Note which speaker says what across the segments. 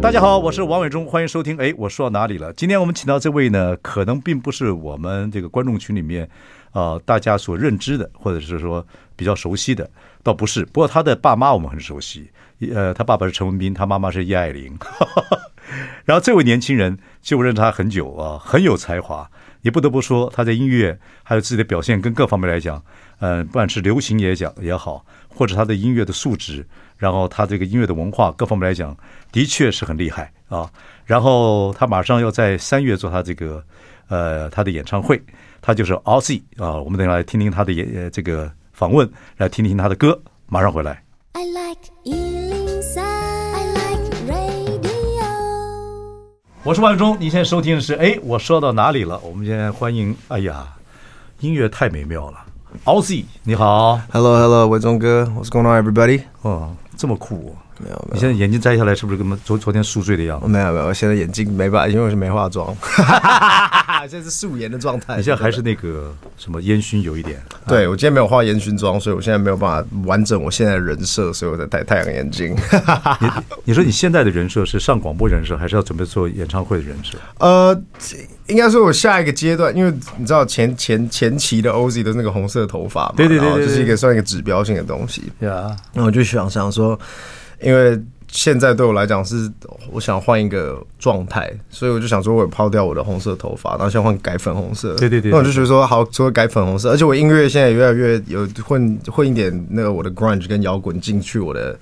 Speaker 1: 大家好，我是王伟忠，欢迎收听。哎，我说到哪里了？今天我们请到这位呢，可能并不是我们这个观众群里面，呃，大家所认知的，或者是说比较熟悉的，倒不是。不过他的爸妈我们很熟悉，呃，他爸爸是陈文斌，他妈妈是叶爱玲。然后这位年轻人，其实我认识他很久啊，很有才华，也不得不说他在音乐还有自己的表现跟各方面来讲，呃，不管是流行也讲也好，或者他的音乐的素质，然后他这个音乐的文化各方面来讲，的确是很厉害啊。然后他马上要在三月做他这个呃他的演唱会，他就是 RZ 啊，我们等一下来听听他的演呃这个访问，来听听他的歌，马上回来。
Speaker 2: I like Ealing Sound. I like radio.
Speaker 1: 我是万忠，您现在收听的是哎，我说到哪里了？我们现在欢迎，哎呀，音乐太美妙了，Ozzy，你好，
Speaker 3: Hello, hello，伟忠哥，What's going on, everybody？
Speaker 1: 哦，这么酷、哦，
Speaker 3: 没有没
Speaker 1: 你
Speaker 3: 有
Speaker 1: 现在眼睛摘下来是不是跟我们昨昨天宿醉的样子？
Speaker 3: 我哦没有没有，我现在眼睛没办法，因为我是没化妆， 现在是素颜的状态。
Speaker 1: 你现在还是那个什么烟熏有一点，
Speaker 3: 对我今天没有化烟熏妆，所以我现在没有办法完整我现在的人设，所以我在戴太阳眼镜。
Speaker 1: 你你说你现在的人设是上广播人设，还是要准备做演唱会的人设？
Speaker 3: 呃，应该说我下一个阶段，因为你知道前前前期的 OZ 都是那个红色头发嘛，
Speaker 1: 对对对
Speaker 3: 然后
Speaker 1: 对
Speaker 3: 就
Speaker 1: 对
Speaker 3: 是一个算一个指标性的东西。
Speaker 1: 呀，
Speaker 3: 那我就想想说，因为现在对我来讲是我想换一个状态，所以我就想说，我也抛掉我的红色头发，然后先换改粉红色。
Speaker 1: 对对对
Speaker 3: 那我就觉得说，好，除了改粉红色，而且我音乐现在也越来越有混混一点那个我的 grunge 跟摇滚进去我的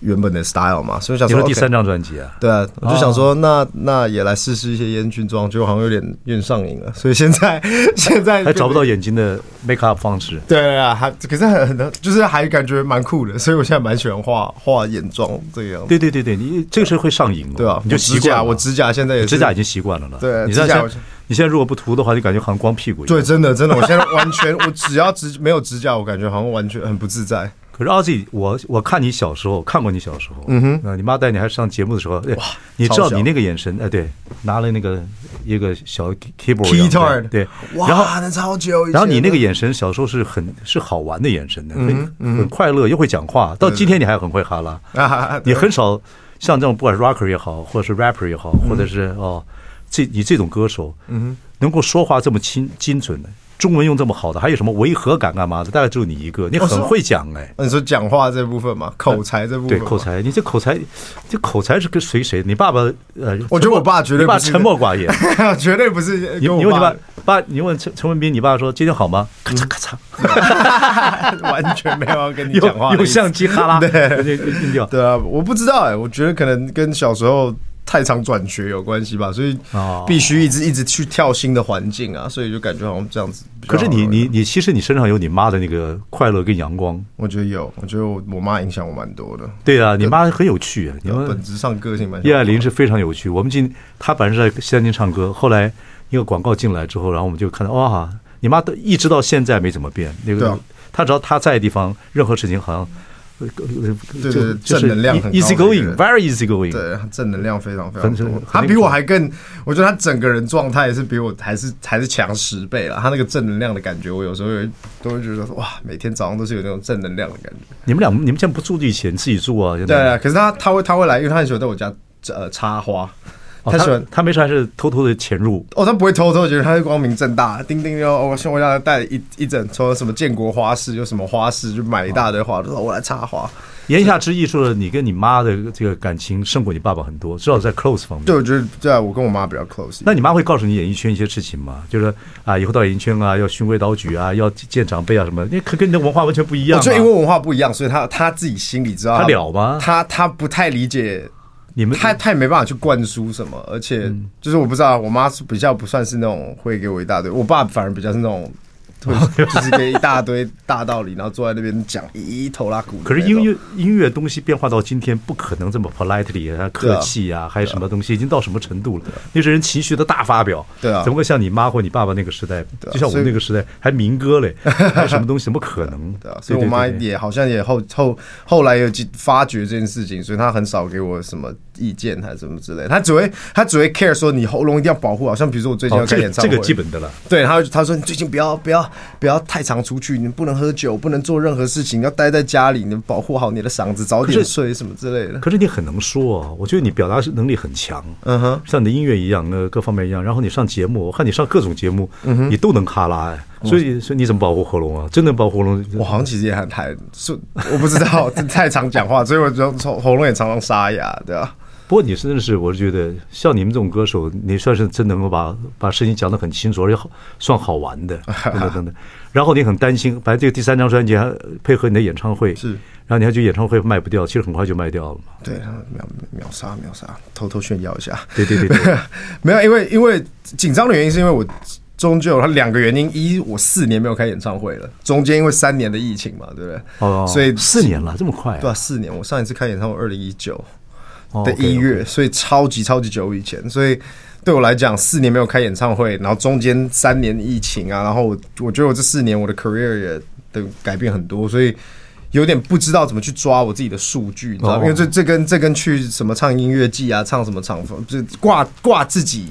Speaker 3: 原本的 style 嘛，所以我想
Speaker 1: 你
Speaker 3: 说
Speaker 1: 说第
Speaker 3: OK
Speaker 1: 三张专辑啊？
Speaker 3: 对啊，我就想说，那那也来试试一些烟熏妆，结果好像有点有点上瘾了，所以现在 现在
Speaker 1: 还找不到眼睛的 make up 方式，
Speaker 3: 对啊，还可是很很就是还感觉蛮酷的，所以我现在蛮喜欢画画眼妆这个样子，
Speaker 1: 对对对对，你这个是会上瘾哦，
Speaker 3: 对吧、啊？
Speaker 1: 你就习
Speaker 3: 指
Speaker 1: 惯
Speaker 3: 甲，
Speaker 1: 了
Speaker 3: 我指甲现在也是
Speaker 1: 指甲已经习惯了了。
Speaker 3: 对
Speaker 1: 你知道
Speaker 3: 指甲
Speaker 1: 现
Speaker 3: 我
Speaker 1: 在你现在如果不涂的话，就感觉好像光屁股一样。
Speaker 3: 对，真的真的，我现在完全我只要指没有指甲，我感觉好像完全很不自在。
Speaker 1: 可是 Ozzy，我我看你小时候，看过你小时候，嗯哼，那你妈带你还上节目的时候，哇，你知道
Speaker 3: 超小
Speaker 1: 你那个眼神，哎，对，拿了那个一个小 keyboard 一
Speaker 3: Key
Speaker 1: 样
Speaker 3: turn，
Speaker 1: 对，对
Speaker 3: 哇，
Speaker 1: 然后
Speaker 3: 那超久以前的，
Speaker 1: 然后你那个眼神，小时候是很是好玩的眼神的，很很快乐，又会讲话，到今天你还很会哈拉，
Speaker 3: 啊，
Speaker 1: 你很少像这种不管是 rocker 也好，或者是 rapper 也好，或者是哦，这你这种歌手，嗯，能够说话这么清精准的，中文用这么好的，还有什么违和感干嘛的，大概只有你一个，你很会讲哎。
Speaker 3: 你说讲话这部分嘛，口才这部
Speaker 1: 对
Speaker 3: 分，
Speaker 1: 口。才，你这口才，这口才是跟随谁？你爸爸呃，
Speaker 3: 我觉得我爸绝对
Speaker 1: 你爸
Speaker 3: 不是
Speaker 1: 沉默寡言。
Speaker 3: 绝对不是
Speaker 1: 你
Speaker 3: 跟
Speaker 1: 你问
Speaker 3: 我
Speaker 1: 你
Speaker 3: 爸
Speaker 1: 爸爸，你问陈陈文斌，你爸说今天好吗？咔嚓咔嚓，
Speaker 3: 完全没有要跟你讲
Speaker 1: 用
Speaker 3: 话的
Speaker 1: 用
Speaker 3: 意思
Speaker 1: 相机哈拉，对，硬掉。
Speaker 3: 对啊，我不知道哎、我觉得可能跟小时候太常转学有关系吧，所以
Speaker 1: 哦
Speaker 3: 必须一直一直去跳新的环境啊，所以就感觉好像这样子比较
Speaker 1: 可
Speaker 3: 好。
Speaker 1: 是你你你，其实你身上有你妈的那个快乐跟阳光。
Speaker 3: 我觉得有，我觉得我我妈影响我蛮多的，
Speaker 1: 对啊，你妈很有趣啊，你们
Speaker 3: 本质上个性蛮像。
Speaker 1: 叶爱玲是非常有趣。我们进她本来是在西餐厅唱歌，后来一个广告进来之后，然后我们就看到哇，你妈都一直到现在没怎么变。那
Speaker 3: 对
Speaker 1: 个
Speaker 3: 啊
Speaker 1: 她只要她在的地方，任何事情好像。呃
Speaker 3: 对
Speaker 1: 就就
Speaker 3: 对
Speaker 1: 是，E，
Speaker 3: 正能量很高的
Speaker 1: easy
Speaker 3: 一个
Speaker 1: going,
Speaker 3: 人
Speaker 1: very easy going。
Speaker 3: 对，她正能量非常非
Speaker 1: 很
Speaker 3: 常多
Speaker 1: 很。
Speaker 3: 她比我还更，我觉得她整个人状态是比我还是还是强十倍了。她那个正能量的感觉，我有时候会都会觉得说哇，每天早上都是有那种正能量的感觉。
Speaker 1: 你们俩，你们现在不住一起，你自己住啊？现
Speaker 3: 对
Speaker 1: 在
Speaker 3: 啊，可是她她会她会来，因为她很喜欢在我家呃插花，
Speaker 1: 哦
Speaker 3: 她喜欢
Speaker 1: 他他没事，还是偷偷的潜入。
Speaker 3: 哦，他不会偷偷觉得他是光明正大，叮叮哟，我先我让他带一一整从什么建国花市，有什么花市就买一大堆花，就说我来插花。
Speaker 1: 言下之意说了，你跟你妈的这个感情胜过你爸爸很多，至少在 close 方面。
Speaker 3: 对，我觉得对啊，我跟我妈比较 close 一点。
Speaker 1: 那你妈会告诉你演艺圈一些事情吗？就是啊，以后到演艺圈啊，要循规蹈矩啊，要见长辈啊什么，那可跟你的文化完全不一样、啊。
Speaker 3: 我觉得因为文化不一样，所以他他自己心里知道
Speaker 1: 她了吗
Speaker 3: 他他不太理解，
Speaker 1: 你们
Speaker 3: 他他也没办法去灌输什么，而
Speaker 1: 嗯
Speaker 3: 且就是我不知道，我妈是比较不算是那种会给我一大堆，我爸反而比较是那种
Speaker 1: 哦
Speaker 3: 会就是跟一大堆大道理，然后坐在那边讲一头拉骨的那
Speaker 1: 可
Speaker 3: 种。
Speaker 1: 是音乐音乐东西变化到今天，不可能这么 politely 啊、客气啊，还有什么东西，已经到什么程度了？那是人情绪的大发表，
Speaker 3: 啊对啊
Speaker 1: 怎么会像你妈或你爸爸那个时代？
Speaker 3: 啊
Speaker 1: 就像我们那个时代，还民歌 嘞，还有什么东西？怎么可能？
Speaker 3: 对啊，所以我妈
Speaker 1: 对对
Speaker 3: 也好像也后后后来有记发觉这件事情，所以她很少给我什么意见还是什么之类的，她只会她只会 care 说你喉咙一定要保护好，像比如说我最近
Speaker 1: 哦
Speaker 3: 要
Speaker 1: 这
Speaker 3: 开
Speaker 1: 个
Speaker 3: 演唱
Speaker 1: 这
Speaker 3: 会，
Speaker 1: 个基本的了。
Speaker 3: 对，她她说你最近不要不要不要太常出去，你不能喝酒，不能做任何事情，要待在家里，你保护好你的嗓子，早
Speaker 1: 可是
Speaker 3: 点睡什么之类的。
Speaker 1: 可是你很能说啊，我觉得你表达能力很强，
Speaker 3: 嗯哼，
Speaker 1: 像你的音乐一样，呃，各方面一样。然后你上节目，我看你上各种节目，
Speaker 3: 嗯
Speaker 1: 你都能卡拉哎。所以，所以你怎么保护喉咙啊？真能保护喉咙？
Speaker 3: 我好像其实也很太是我不知道 太常讲话，所以我就 喉喉咙也常常沙哑，对吧、啊
Speaker 1: 不过你真的是，我是觉得像你们这种歌手，你算是真能够把把事情讲得很清楚，而且好算好玩 的，等等等等。然后你很担心，反正这个第三张专辑还呃配合你的演唱会，
Speaker 3: 是
Speaker 1: 然后你还觉得演唱会卖不掉，其实很快就卖掉了嘛。
Speaker 3: 对，然后秒秒杀秒杀，偷偷炫耀一下。
Speaker 1: 对对对对，
Speaker 3: 没有，因为因为紧张的原因是因为我终究它两个原因，一我四年没有开演唱会了，中间因为三年的疫情嘛，对不对？
Speaker 1: 哦，
Speaker 3: 所以
Speaker 1: 四年了，这么快、啊？
Speaker 3: 对啊，四年，我上一次开演唱会二零一九
Speaker 1: 哦
Speaker 3: 的
Speaker 1: OK，
Speaker 3: 一月，所以超级超级久以前，所以。对我来讲，四年没有开演唱会，然后中间三年疫情啊，然后我我觉得我这四年我的 career 也的改变很多，所以有点不知道怎么去抓我自己的数据，你知道吗
Speaker 1: 哦
Speaker 3: 因为这这跟这跟去什么唱音乐季啊，唱什么场，就挂挂自己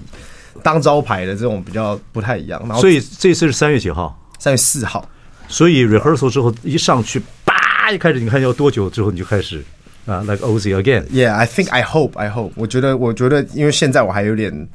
Speaker 3: 当招牌的这种比较不太一样。然后
Speaker 1: 所以这次是三月几号？
Speaker 3: 三月四号，
Speaker 1: 所以 rehearsal 之后一上去，叭一开始，你看要多久之后你就开始啊，like Ozzy again。
Speaker 3: Yeah, I think I hope I hope。我觉得，我觉得，因为现在我还有点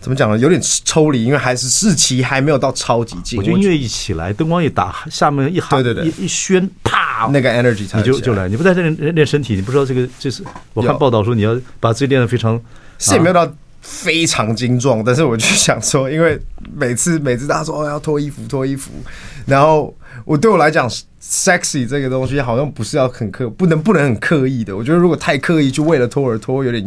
Speaker 3: 怎么讲呢，有点抽离，因为还是日期还没有到超级近，
Speaker 1: 我觉得音乐一起来，灯光一打，下面一喊，
Speaker 3: 对对对
Speaker 1: 一一宣，啪，
Speaker 3: 那个 energy 才
Speaker 1: 你就
Speaker 3: 会起
Speaker 1: 就来。你不在这练练身体，你不知道这个这是。我看
Speaker 3: 有
Speaker 1: 报道说你要把自己练得非常。
Speaker 3: 是也没有到非常精壮，但是我就想说，因为每次每次大家说哦要脱衣服脱衣服，然后我对我来讲，sexy 这个东西好像不是要很刻，不能不能很刻意的。我觉得如果太刻意去为了脱而脱，有点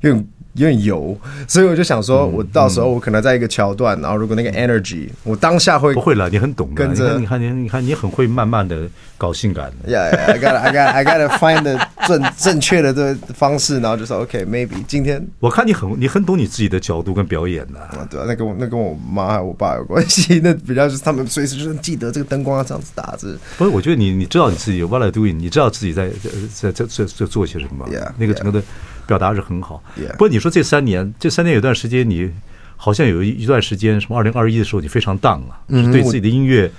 Speaker 3: 有点。有点油，所以我就想说，我到时候我可能在一个桥段，然后如果那个 energy，我当下会
Speaker 1: 不会了，你很懂的。
Speaker 3: 跟
Speaker 1: 你
Speaker 3: 着
Speaker 1: 看，你看，你你看，你很会慢慢的搞性感的。
Speaker 3: Yeah, yeah, I gotta, I gotta, I gotta find the 正正确的这个方式，然后就说 OK, maybe 今天
Speaker 1: 我看你很，你很懂你自己的角度跟表演的、
Speaker 3: 啊，对啊，那跟我那跟我妈还有我爸有关系， 那比较就是他们随时就是记得这个灯光要这样子打字。
Speaker 1: 不是，我觉得你你知道你自己 what I doing，你知道自己在在在在在做些什么
Speaker 3: Yeah,
Speaker 1: 那个整个的表达是很好。
Speaker 3: Yeah
Speaker 1: 不过你说这三年，这三年有段时间你好像有一一段时间，什么二零二一的时候你非常 down 啊，
Speaker 3: 嗯
Speaker 1: 就是对自己的音乐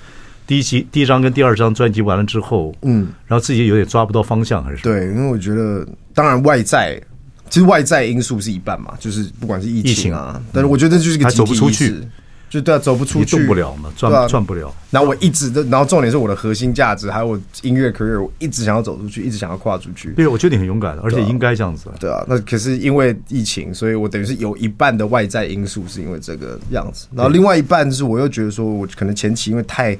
Speaker 1: 第一集第一张跟第二张专辑完了之后，嗯，然后自己有点抓不到方向还是什么。
Speaker 3: 对，因为我觉得，当然外在，其实外在因素是一半嘛，就是不管是疫情啊，但是我觉得这就是一个
Speaker 1: 还
Speaker 3: 集体
Speaker 1: 走不出去
Speaker 3: 意识，就对啊，走不出
Speaker 1: 你
Speaker 3: 去，
Speaker 1: 动不了嘛，
Speaker 3: 对啊
Speaker 1: 转转不了。
Speaker 3: 然后我一直都，然后重点是我的核心价值，还有我音乐 career，我一直想要走出去，一直想要跨出去。
Speaker 1: 对，我觉得你很勇敢，而且应该这样子。
Speaker 3: 对啊，那可是因为疫情，所以我等于是有一半的外在因素是因为这个样子，然后另外一半是我又觉得说，我可能前期因为太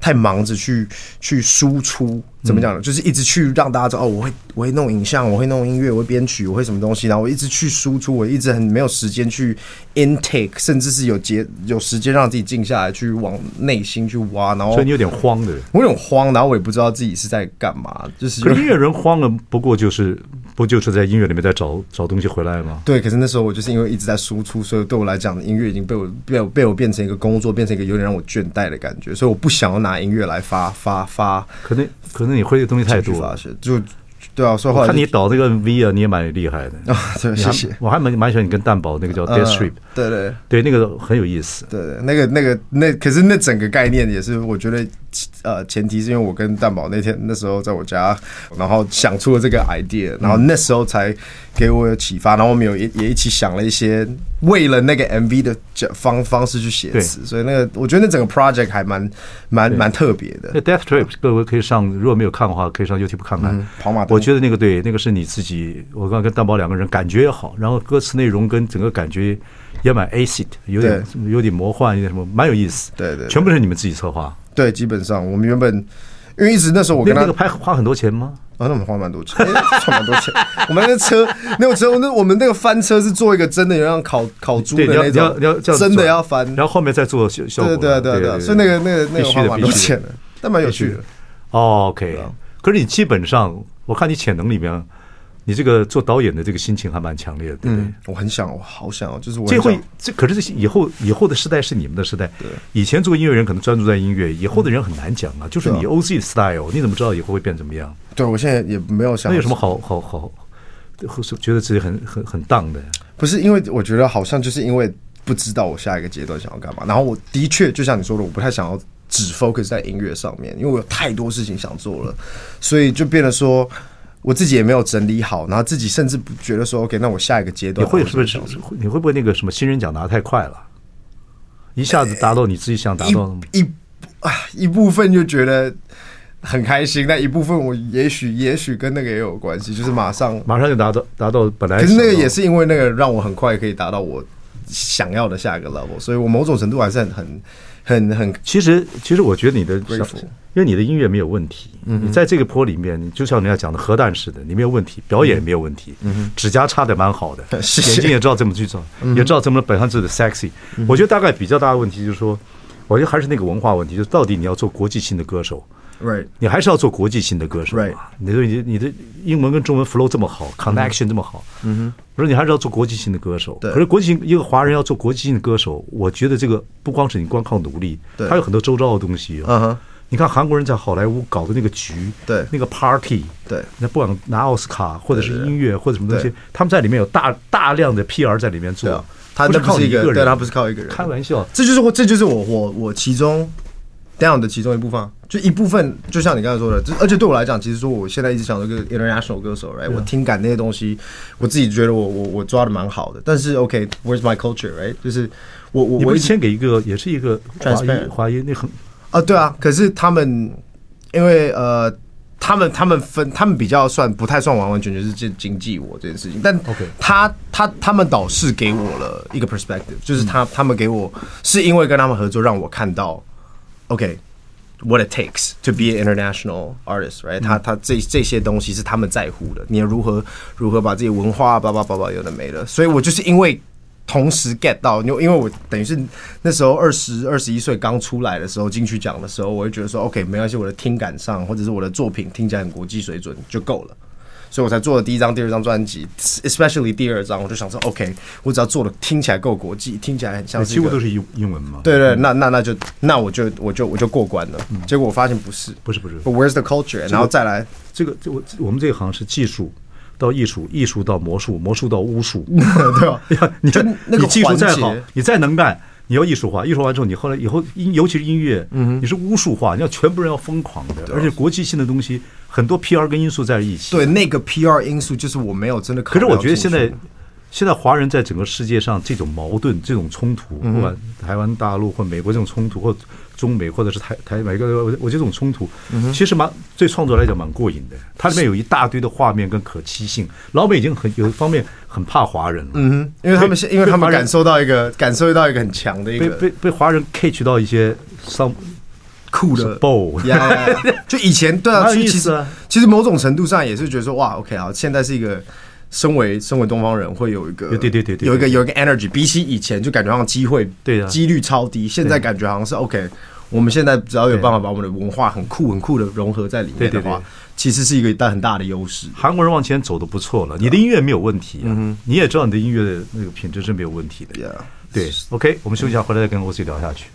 Speaker 3: 太忙着去去输出，怎么讲
Speaker 1: 嗯
Speaker 3: 呢？就是一直去让大家知道哦，我会我会弄影像，我会弄音乐，我会编曲，我会什么东西，然后我一直去输出，我一直很没有时间去 intake，甚至是有节有时间让自己静下来去往内心去挖，然后
Speaker 1: 所以你有点慌 的人。
Speaker 3: 我有点慌，然后我也不知道自己是在干嘛，就是
Speaker 1: 可是音乐人慌了，不过就是不就是在音乐里面再找找东西回来吗？
Speaker 3: 对，可是那时候我就是因为一直在输出，所以对我来讲，音乐已经被我被我被我变成一个工作，变成一个有点让我倦怠的感觉，所以我不想要拿音乐来发发发
Speaker 1: 可能可能你会的东西太
Speaker 3: 去
Speaker 1: 多了
Speaker 3: 发。泄，就对啊，所以后
Speaker 1: 我
Speaker 3: 来
Speaker 1: 看
Speaker 3: 就
Speaker 1: 你导这个 MV 啊，你也蛮厉害的。
Speaker 3: 啊，对，
Speaker 1: 你
Speaker 3: 谢
Speaker 1: 还
Speaker 3: 谢。
Speaker 1: 我还蛮蛮喜欢你跟蛋宝那个叫 Death Trip，、
Speaker 3: 嗯 对对
Speaker 1: 对，那个很有意思。
Speaker 3: 对对，那个那个那，可是那整个概念也是，我觉得呃，前提是因为我跟蛋宝那天那时候在我家，然后想出了这个 idea，
Speaker 1: 嗯
Speaker 3: 然后那时候才给我有启发，然后我们有也也一起想了一些为了那个 MV 的讲方方式去写词，所以那个我觉得那整个 project 还蛮蛮蛮特别
Speaker 1: 那
Speaker 3: 的，
Speaker 1: Death Trip 各位可以上，如果没有看的话，可以上 YouTube 看看。
Speaker 3: 嗯跑马灯
Speaker 1: 我觉得那个对，那个是你自己，我刚刚跟蛋宝两个人感觉也好，然后歌词内容跟整个感觉也蛮 acid，有点有点魔幻，有点什么，蛮有意思。
Speaker 3: 对对对
Speaker 1: 全部是你们自己策划。
Speaker 3: 对，基本上我们原本因为一直那时候我
Speaker 1: 那
Speaker 3: 跟他
Speaker 1: 那个拍花很多钱吗？
Speaker 3: 啊，那我们花蛮多钱，哎花蛮多钱。 我们那个车，那个车，那我们那个翻车是做一个真的，有像烤烤猪的
Speaker 1: 对，你要
Speaker 3: 那
Speaker 1: 你要你要
Speaker 3: 种，
Speaker 1: 这样子
Speaker 3: 真的
Speaker 1: 转
Speaker 3: 要翻。
Speaker 1: 然后后面再做效效果
Speaker 3: 对
Speaker 1: 嘛。
Speaker 3: 对对对，所以那个那个那
Speaker 1: 必
Speaker 3: 个
Speaker 1: 须
Speaker 3: 花
Speaker 1: 的
Speaker 3: 蛮
Speaker 1: 必
Speaker 3: 多
Speaker 1: 须的
Speaker 3: 钱的，但蛮有趣
Speaker 1: 必须
Speaker 3: 的啊
Speaker 1: 的。哦 OK，可是你基本上，我看你潜能里面，你这个做导演的这个心情还蛮强烈的，对不对？
Speaker 3: 嗯，我很想，我好想哦，就是我
Speaker 1: 这
Speaker 3: 很
Speaker 1: 会
Speaker 3: 想
Speaker 1: 这可是这些以后以后的时代是你们的时代。以前做音乐人可能专注在音乐，以后的人很难讲啊。就是你
Speaker 3: 对啊
Speaker 1: OZ 的 style，你怎么知道以后会变怎么样？
Speaker 3: 对我现在也没有想
Speaker 1: 那有什么好好好，或是觉得自己很很很荡的？
Speaker 3: 不是因为我觉得好像就是因为不知道我下一个阶段想要干嘛，然后我的确就像你说的，我不太想要只 focus 在音乐上面，因为我有太多事情想做了，所以就变得说我自己也没有整理好，然后自己甚至不觉得说 OK，那我下一个阶
Speaker 1: 你
Speaker 3: 段
Speaker 1: 会
Speaker 3: 我
Speaker 1: 是不是
Speaker 3: 想
Speaker 1: 是你会不会那个什么新人奖拿得太快了？一下子达到你自己想达到的吗？
Speaker 3: 哎一一啊一部分就觉得。很开心，但一部分我也许也许跟那个也有关系，就是马上
Speaker 1: 马上就达到达到本来
Speaker 3: 可是那个也
Speaker 1: 想
Speaker 3: 是因为那个让我很快可以达到我想要的下一个 level，所以我某种程度还是很很很很
Speaker 1: 到。其实其实我觉得你的想
Speaker 3: Grateful
Speaker 1: 因为你的音乐没有问题，
Speaker 3: 嗯
Speaker 1: 你在这个坡里面，你就像人家讲的核弹似的，你没有问题，表演也没有问题，
Speaker 3: 嗯
Speaker 1: 指甲插的蛮好的，
Speaker 3: 谢嗯谢
Speaker 1: 眼睛也知道怎么去找，也知道怎么表现自己的 sexy。我觉得大概比较大的问题就是说，我觉得还是那个文化问题，就是到底你要做国际性的歌手，
Speaker 3: right
Speaker 1: 你还是要做国际性的歌手嘛
Speaker 3: Right
Speaker 1: 你的你的英文跟中文 flow 这么好，connection 这么好，嗯哼，我说你还是要做国际性的歌手。
Speaker 3: 对
Speaker 1: 可是国际性一个华人要做国际性的歌手，我觉得这个不光是你光靠努力，
Speaker 3: 对
Speaker 1: 他有很多周遭的东西。啊
Speaker 3: 嗯哼，
Speaker 1: 你看韩国人在好莱坞搞的那个局，
Speaker 3: 对
Speaker 1: 那个 party，
Speaker 3: 对
Speaker 1: 那不管拿奥斯卡或者是音乐或者什么东西
Speaker 3: 对，
Speaker 1: 他们在里面有大大量的 PR 在里面
Speaker 3: 对
Speaker 1: 做
Speaker 3: 啊，，他
Speaker 1: 不是
Speaker 3: 那不
Speaker 1: 靠
Speaker 3: 是
Speaker 1: 你
Speaker 3: 一个，
Speaker 1: 人，
Speaker 3: 对，他不是靠一个人，
Speaker 1: 开玩笑，
Speaker 3: 这就是我，这就是我，我我其中 down 的其中一部分啊，就一部分，就像你刚才说的，这而且对我来讲，其实说我现在一直想做一个 international 歌手，right？我听感那些东西，我自己觉得我我我抓的蛮好的，但是 OK，where's、my culture，right？就是我我
Speaker 1: 你
Speaker 3: 我
Speaker 1: 不
Speaker 3: 一
Speaker 1: 是
Speaker 3: 直
Speaker 1: 签给一个也是一个华裔
Speaker 3: Transparent
Speaker 1: 华裔那很
Speaker 3: 啊，对啊，可是他们因为呃，他们他们分他们比较算不太算完完全全是经经济我这件事情，但
Speaker 1: OK
Speaker 3: 他他他们导师给我了一个 perspective，就是他他们给我是因为跟他们合作让我看到 OK。What it takes to be an international artist, right？、他他这这些东西是他们在乎的，你如何如何把自己文化叭叭叭叭有的没的，所以我就是因为同时 get 到，因为因为我等于是那时候二十二十一岁刚出来的时候进去讲的时候，我就觉得说 OK 没关系，我的听感上或者是我的作品听起来很国际水准就够了。所以我才做了第一张、第二张专辑，especially 第二张，我就想说，OK，我只要做的听起来够国际，听起来很像是一
Speaker 1: 几
Speaker 3: 个
Speaker 1: 乎都是英英文嘛。
Speaker 3: 对对，那那那就那我就我就我就过关了。结果我发现不是，
Speaker 1: 不是不是
Speaker 3: But where's the culture？然后再来，
Speaker 1: 嗯这个这我我们这一行是技术到艺术，艺术到魔术，魔术到巫 术。哎
Speaker 3: 对吧？
Speaker 1: 你
Speaker 3: 就那个
Speaker 1: 你技术
Speaker 3: 环
Speaker 1: 再好
Speaker 3: 节，
Speaker 1: 你再能干，你要艺术化，艺术化之后，你后来以后音尤其是音乐，
Speaker 3: 嗯
Speaker 1: 你是巫术化，你要全部人要疯狂的，而且国际性的东西很多 PR 跟因素在一起。
Speaker 3: 对，那个 PR 因素就是我没有真的考
Speaker 1: 可
Speaker 3: 虑
Speaker 1: 是
Speaker 3: 到
Speaker 1: 我
Speaker 3: 进
Speaker 1: 觉
Speaker 3: 去。
Speaker 1: 得现在。现在华人在整个世界上这种矛盾、这种冲突，不管台湾、大陆或美国这种冲突，或中美或者是台台美国，我我觉得这种冲突其实蛮对创作来讲蛮过瘾的。它里面有一大堆的画面跟可期性，老美已经很有一方面很怕华人了，嗯
Speaker 3: 因为他们现，因为他们感
Speaker 1: 受。
Speaker 3: 受到一个感受到一个很强的一
Speaker 1: 被
Speaker 3: 个
Speaker 1: 被被华人 catch 到一些 some
Speaker 3: 酷
Speaker 1: bow，
Speaker 3: 呀呀 呀就以前对啊，
Speaker 1: 蛮有
Speaker 3: 其
Speaker 1: 意
Speaker 3: 实
Speaker 1: 思啊
Speaker 3: 其实某种程度上也是觉得说哇，OK 好，现在是一个身为身为东方人会有一个
Speaker 1: 对对对对对
Speaker 3: 有一个有一个 energy，比起以前就感觉好像机会
Speaker 1: 对啊
Speaker 3: 几率超低，现在感觉好像是 OK。我们现在只要有
Speaker 1: 对
Speaker 3: 办法把我们的文化很酷很酷的融合在里面的
Speaker 1: 对对
Speaker 3: 话
Speaker 1: 对，
Speaker 3: 其实是一个大很大的优势。
Speaker 1: 韩国人往前走的不错了，你的音乐没有问题、啊，你也知道你的音乐的那个品质是没有问题的。
Speaker 3: Yeah
Speaker 1: 对，OK，我们休息一下，回来再跟 OC 聊下去。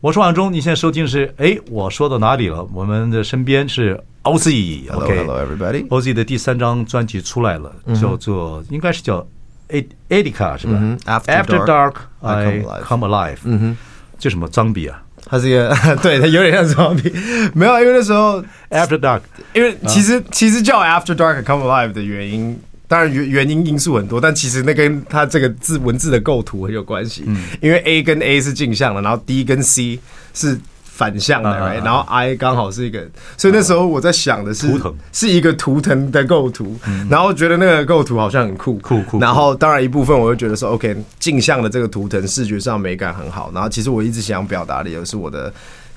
Speaker 1: 我是王忠，你现在收听的是哎，我说到哪里了？我们的身边是 OZ，OK，、
Speaker 3: Hello, hello, everybody.
Speaker 1: OZ 的第三张专辑出来了，叫做应该是叫 A Edica 是吧、
Speaker 3: 嗯哼 After
Speaker 1: After
Speaker 3: Dark,
Speaker 1: Dark I
Speaker 3: I Come Alive
Speaker 1: Come Alive，嗯哼，这什么脏笔啊
Speaker 3: 他是一个， 对他有点像装逼，没有，因为那时候
Speaker 1: ？After Dark，
Speaker 3: 因为其实、其实叫 After Dark Come Alive 的原因，当然原原因因素很多，但其实那跟它这个字文字的构图很有关系。
Speaker 1: 嗯
Speaker 3: 因为 A 跟 A 是镜像的，然后 D 跟 C 是反向的、
Speaker 1: 啊啊啊
Speaker 3: right? 然后 I 刚好是一个，所以那时候我在想的是
Speaker 1: 图腾嗯
Speaker 3: 是一个图腾的构图，然后觉得那个构图好像很酷
Speaker 1: 酷酷酷
Speaker 3: 然后当然一部分我就觉得说 OK 镜像的这个图腾视觉上美感很好，然后其实我一直想表达的也是我的。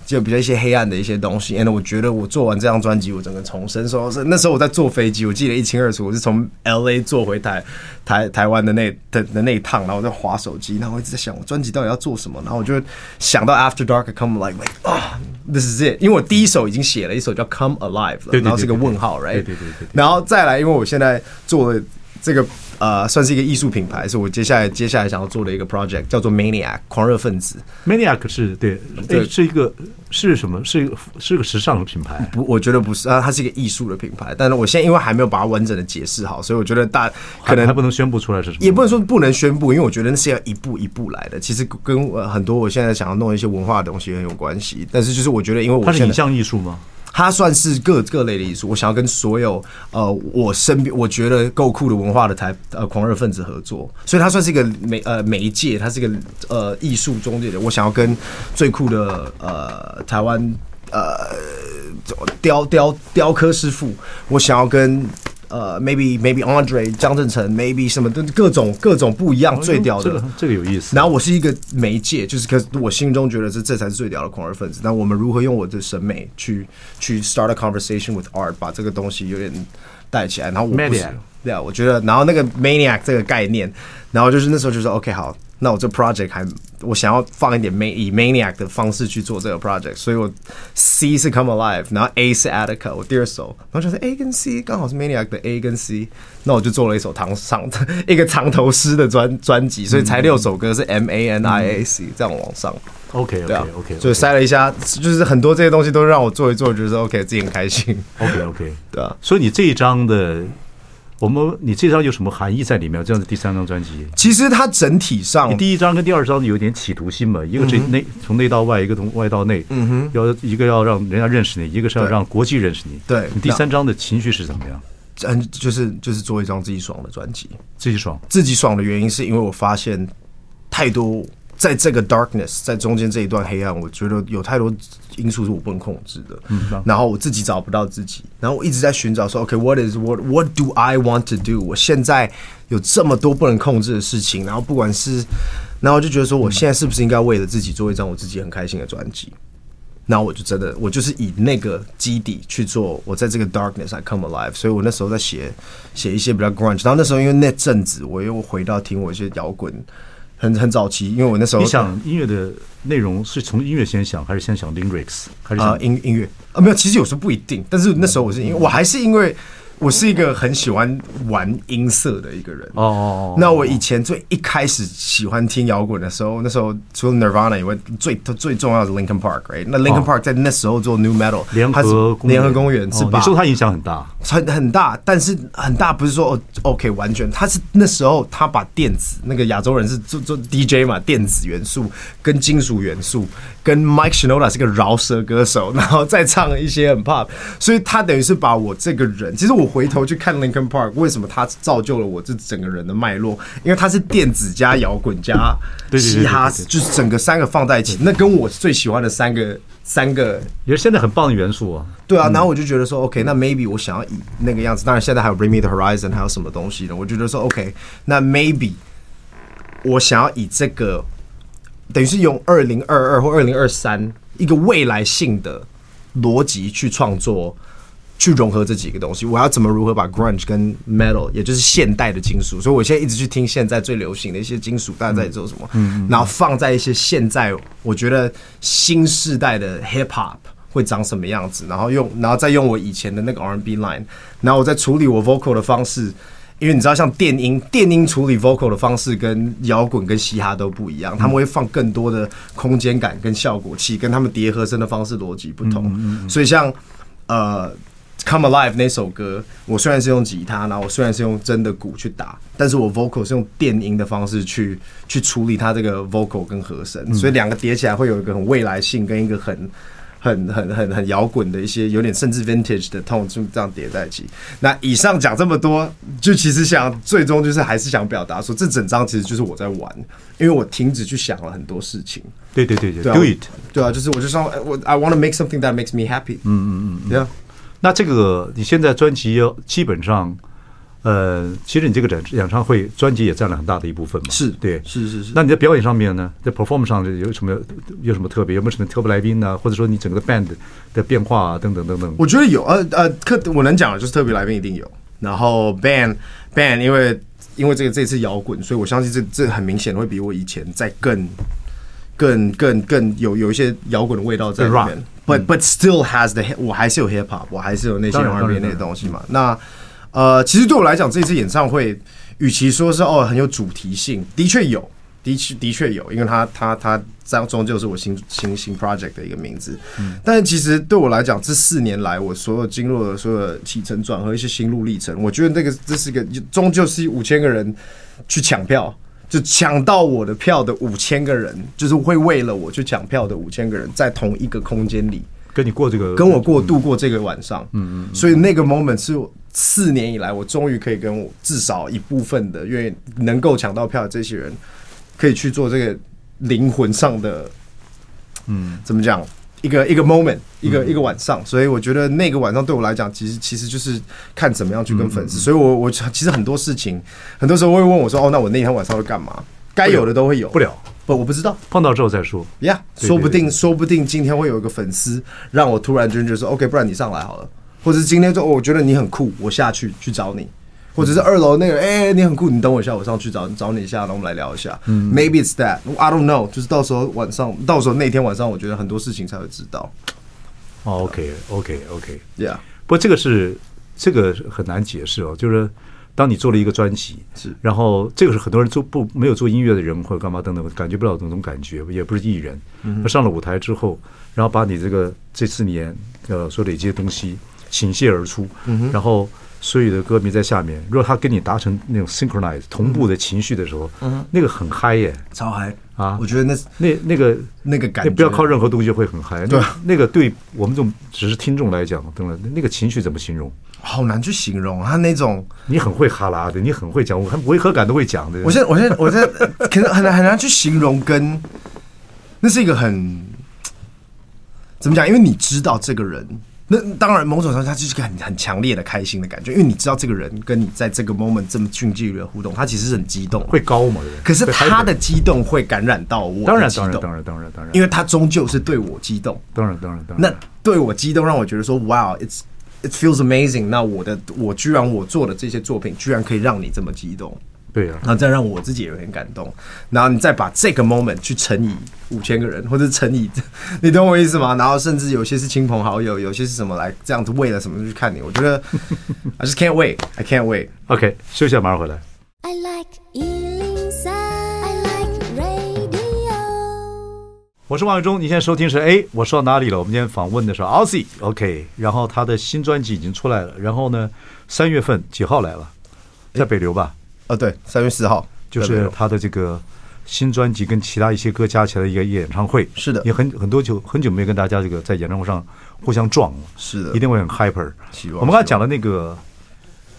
Speaker 3: 就比较一些黑暗的一些东西。And 我觉得我做完这张专辑，我整个重生。说是那时候我在坐飞机，我记得一清二楚，我是从 L A 坐回台台台湾的那的的那一趟，然后我在划手机，然后我一直在想我专辑到底要做什么，然后我就想到 After Dark Come Alive，like 啊、t h i s is it，因为我第一首已经写了一首叫 Come Alive 了，
Speaker 1: 对对对
Speaker 3: 然后是个问号
Speaker 1: 对
Speaker 3: ，right？
Speaker 1: 对对对对
Speaker 3: 然后再来，因为我现在做了这个呃，算是一个艺术品牌，是我接下来接下来想要做的一个 project，叫做 Maniac 狂热分子。
Speaker 1: Maniac 是对，
Speaker 3: 对
Speaker 1: 哎，是一个是什么？是一个是个时尚的品牌。
Speaker 3: 不，我觉得不是啊，它是一个艺术的品牌，但是我现在因为还没有把它完整的解释好，所以我觉得大可
Speaker 1: 还
Speaker 3: 能
Speaker 1: 还不能宣布出来是什么，
Speaker 3: 也不能说不能宣布，因为我觉得那是要一步一步来的。其实跟、呃、很多我现在想要弄一些文化的东西很有关系，但是就是我觉得，因为我
Speaker 1: 它是
Speaker 3: 现在
Speaker 1: 影像艺术吗？
Speaker 3: 它算是各各类的艺术。我想要跟所有呃我身边我觉得够酷的文化的台呃狂热分子合作，所以它算是一个媒呃媒介，它是一个呃艺术中介的。我想要跟最酷的呃台湾呃雕雕雕刻师傅，我想要跟。
Speaker 1: 哦
Speaker 3: 呃、m a y b e maybe Andre 江振成，maybe 什么的各种各种不一样，最屌的
Speaker 1: 哦这，个这个有意思。
Speaker 3: 然后我是一个媒介，就是可是我心中觉得这这才是最屌的狂热分子。那我们如何用我的审美去去 start a conversation with art，把这个东西有点带起来？然后我不是
Speaker 1: Maniac
Speaker 3: 对啊，我觉得，然后那个 maniac 这个概念，然后就是那时候就说 OK 好，那我这 project 还我想要放一点 man 以 maniac 的方式去做这个 project，所以我 C 是 Come Alive，然后 A 是 Attica，我第二首，然后就是 A 跟 C 刚好是 maniac 的 A 跟 C，那我就做了一首长长 一个长头诗的专专辑，所以才六首歌是 M A N I A C 这样往上，
Speaker 1: OK OK
Speaker 3: 对啊
Speaker 1: OK，
Speaker 3: 所以塞了一下，就是很多这些东西都让我做一做，觉得 OK 自己很开心，
Speaker 1: OK OK。
Speaker 3: 对啊。
Speaker 1: 所以你这一张的，我们你这张有什么含义在里面？这样的第三张专辑，
Speaker 3: 其实它整体上
Speaker 1: 你第一张跟第二张有点企图心嘛，一个
Speaker 3: 嗯
Speaker 1: 是内从内到外，一个从外到内，嗯哼，要一个要让人家认识你，一个是要
Speaker 3: 对
Speaker 1: 让国际认识你。
Speaker 3: 对
Speaker 1: 你第三张的情绪是怎么样？
Speaker 3: 嗯，就是就是做一张自己爽的专辑。
Speaker 1: 自己爽。
Speaker 3: 自己爽的原因是因为我发现太多在这个 darkness 在中间这一段黑暗，我觉得有太多因素是我不能控制的。
Speaker 1: 那
Speaker 3: 然后我自己找不到自己，然后我一直在寻找说，OK，what、is what what do I want to do？我现在有这么多不能控制的事情，然后不管是，然后我就觉得说，我现在是不是应该为了自己做一张我自己很开心的专辑？然后我就真的，我就是以那个基底去做，我在这个 darkness I come alive。所以我那时候在写写一些比较 grunge。然后那时候因为那阵子我又回到听我一些摇滚，很很早期，因为我那时候啊
Speaker 1: 你想音乐的内容是从音乐先想，还是先想 lyrics，还是
Speaker 3: 啊、
Speaker 1: 想
Speaker 3: 音音乐啊没有，其实有时候不一定，但是那时候我是因为我还是因为我是一个很喜欢玩音色的一个人
Speaker 1: 哦哦哦
Speaker 3: 那我以前最一开始喜欢听摇滚的时候，那时候除了 Nirvana 以外，最最重要的是 Linkin Park，right？那 Linkin
Speaker 1: 哦
Speaker 3: Park 在那时候做 New Metal，
Speaker 1: 联
Speaker 3: 它是
Speaker 1: 合公园
Speaker 3: 联合公园是
Speaker 1: 哦
Speaker 3: 吧？
Speaker 1: 你受它影响很大。
Speaker 3: 很很大，但是很大不是说哦 OK 完全，他是那时候他把电子那个亚洲人是做做 DJ 嘛，电子元素跟金属元素，跟 Mike Shinoda 是个饶舌歌手， 然后再唱一些很 pop，所以他等于是把我这个人，其实我回头去看 Linkin Park，为什么他造就了我这整个人的脉络，因为他是电子加摇滚加
Speaker 1: 对对对对
Speaker 3: 嘻哈，
Speaker 1: 对对
Speaker 3: 就是整个三个放在一起，那跟我最喜欢的三个三个
Speaker 1: 也是现在很棒的元素啊。
Speaker 3: 对啊，然后我就觉得说，OK，那 maybe 我想要以那个样子。当然，现在还有 Bring Me the Horizon，还有什么东西呢？我觉得说，OK，那 maybe 我想要以这个，等于是用二零二二或二零二三一个未来性的逻辑去创作，去融合这几个东西。我要怎么如何把 grunge 跟 metal，也就是现代的金属，所以我现在一直去听现在最流行的一些金属，大家在做什么，然后放在一些现在我觉得新时代的 hip hop。会长什么样子，然后用，然后再用我以前的那个 R&B line，然后我再处理我 vocal 的方式，因为你知道，像电音，电音处理 vocal 的方式跟摇滚跟嘻哈都不一样，他们会放更多的空间感跟效果器，跟他们叠和声的方式逻辑不同，所以像呃。Come Alive 那首歌，我虽然是用吉他，然后我虽然是用真的鼓去打，但是我 vocal 是用电音的方式去去处理它这个 vocal 跟和声，所以两个叠起来会有一个很未来性跟一个很很很很很摇滚的一些，有点甚至 vintage 的 tone 就这样叠在一起。那以上讲这么多，就其实想最终就是还是想表达说，这整张其实就是我在玩，因为我停止去想了很多事情。
Speaker 1: 对对对对
Speaker 3: 对啊
Speaker 1: ，Do it。
Speaker 3: 对啊，就是我就说，哎我 I want to make something that
Speaker 1: 嗯
Speaker 3: makes me happy。嗯嗯嗯，对啊。
Speaker 1: 那这个你现在专辑基本上，呃，其实你这个展演唱会专辑也占了很大的一部分嘛，
Speaker 3: 是
Speaker 1: 对，
Speaker 3: 是是是
Speaker 1: 那你在表演上面呢，在 perform 上有什么有什么特别？有没有什么特别来宾啊呢？或者说你整个 band 的变化啊，等等等等。
Speaker 3: 我觉得有，呃呃，特我能讲的就是特别来宾一定有，然后 band band 因为因为这个这次摇滚，所以我相信这这很明显会比我以前在更更更更有有一些摇滚的味道在里
Speaker 1: 更 rock
Speaker 3: 面。But but still has the hip- 我还是有 hip hop，我还是有那些
Speaker 1: 当然当
Speaker 3: R&B
Speaker 1: 然
Speaker 3: 那些东西嘛。那呃，其实对我来讲，这次演唱会，与其说是哦很有主题性，的确有，的确的确有，因为它它它终终究是我新新新 project 的一个名字。
Speaker 1: 嗯
Speaker 3: 但其实对我来讲，这四年来我所有经历的所有的起承转合一些心路历程，我觉得那个这是一个终究是五千个人去抢票。就抢到我的票的五千个人，就是会为了我去抢票的五千个人，在同一个空间里，
Speaker 1: 跟你过这个，
Speaker 3: 跟我过度过这个晚上，嗯嗯，所以那个 moment 是我四年以来，我终于可以跟我至少一部分的愿意能够抢到票的这些人，可以去做这个灵魂上的，嗯，怎么讲？一个一个 moment，一个、一个晚上，所以我觉得那个晚上对我来讲，其实其实就是看怎么样去跟粉丝。所以我我其实很多事情，很多时候会问我说：“哦，那我那天晚上会干嘛？”该有的都会有，
Speaker 1: 不了，
Speaker 3: 不，我不知道。
Speaker 1: 碰到之后再说。
Speaker 3: 呀、
Speaker 1: 对
Speaker 3: 说不
Speaker 1: 对
Speaker 3: 定，说不定今天会有一个粉丝让我突然间就说，OK，不然你上来好了，或者是今天说，哦我觉得你很酷，我下去去找
Speaker 1: 嗯
Speaker 3: 你，或者是二楼那个，哎、你很酷，你等我一下，我上去找找你一下，然后我们来聊一下。Maybe
Speaker 1: 嗯
Speaker 3: it's that，I don't know，就是到时候晚上，到时候那天晚上，我觉得很多事情才会知道。
Speaker 1: 哦，OK，OK，OK。
Speaker 3: Yeah，
Speaker 1: 不过这个是这个很难解释哦，就是当你做了一个专辑，
Speaker 3: 是
Speaker 1: 然后这个是很多人做不没有做音乐的人或者干嘛等等，感觉不了那种感觉，也不是艺人。
Speaker 3: 嗯
Speaker 1: 那上了舞台之后，然后把你这个这四年呃所累积的东西倾泻而出，
Speaker 3: 嗯
Speaker 1: 然后。所有的歌迷在下面，如果他跟你达成那种 synchronize 同步的情绪的时候，
Speaker 3: 嗯
Speaker 1: 那个很嗨耶！
Speaker 3: 超嗨
Speaker 1: 啊
Speaker 3: 我觉得那
Speaker 1: 那那个
Speaker 3: 那个感觉
Speaker 1: 不要靠任何东西会很嗨。
Speaker 3: 对
Speaker 1: 那，那个对我们这种只是听众来讲，等等，那个情绪怎么形容？
Speaker 3: 好难去形容啊他那种。
Speaker 1: 你很会哈拉的，你很会讲，我很违和感都会讲的。
Speaker 3: 我现在，我现在，我现在，可能很难很难去形容跟，那是一个很怎么讲？因为你知道这个人，那当然某种程度上他就是一个很很强烈的开心的感觉，因为你知道这个人跟你在这个 moment 这么近距离的互动，他其实是很激动，
Speaker 1: 会。高嘛？对不对
Speaker 3: 可是
Speaker 1: 会 hyper
Speaker 3: 他的激动会感染到我的
Speaker 1: 当然
Speaker 3: 激
Speaker 1: 当然
Speaker 3: 动
Speaker 1: 当然当然当然，
Speaker 3: 因为他终究是对我激动，
Speaker 1: 当然当然当然，
Speaker 3: 那对我激动，让我觉得说，Wow，it's it feels amazing。那我的我居然我做的这些作品，居然可以让你这么激动。
Speaker 1: 对啊
Speaker 3: 然，后再让我自己也很感动，然后你再把这个 moment 去乘以五千个人，或者乘以，你懂我意思吗？然后甚至有些是亲朋好友，有些是什么来这样子为了什么去看你，我觉得 I just can't wait, I can't wait。
Speaker 1: OK，休息一下，马上回来。
Speaker 2: I like Ealing Sound. I like radio.
Speaker 1: 我是王伟忠，你现在收听是哎，我说到哪里了？我们今天访问的是 Ozzy，OK，然后他的新专辑已经出来了，然后呢，三月份几号来了？
Speaker 3: 哎
Speaker 1: 在北流吧，
Speaker 3: 呃，对，三月四号
Speaker 1: 就是他的这个新专辑跟其他一些歌加起来的一个演唱会。
Speaker 3: 是的
Speaker 1: 也很很多久很久没有跟大家这个在演唱会上互相撞了。
Speaker 3: 是的
Speaker 1: 一定会很 hyper。
Speaker 3: 希望
Speaker 1: 我们刚才讲的那个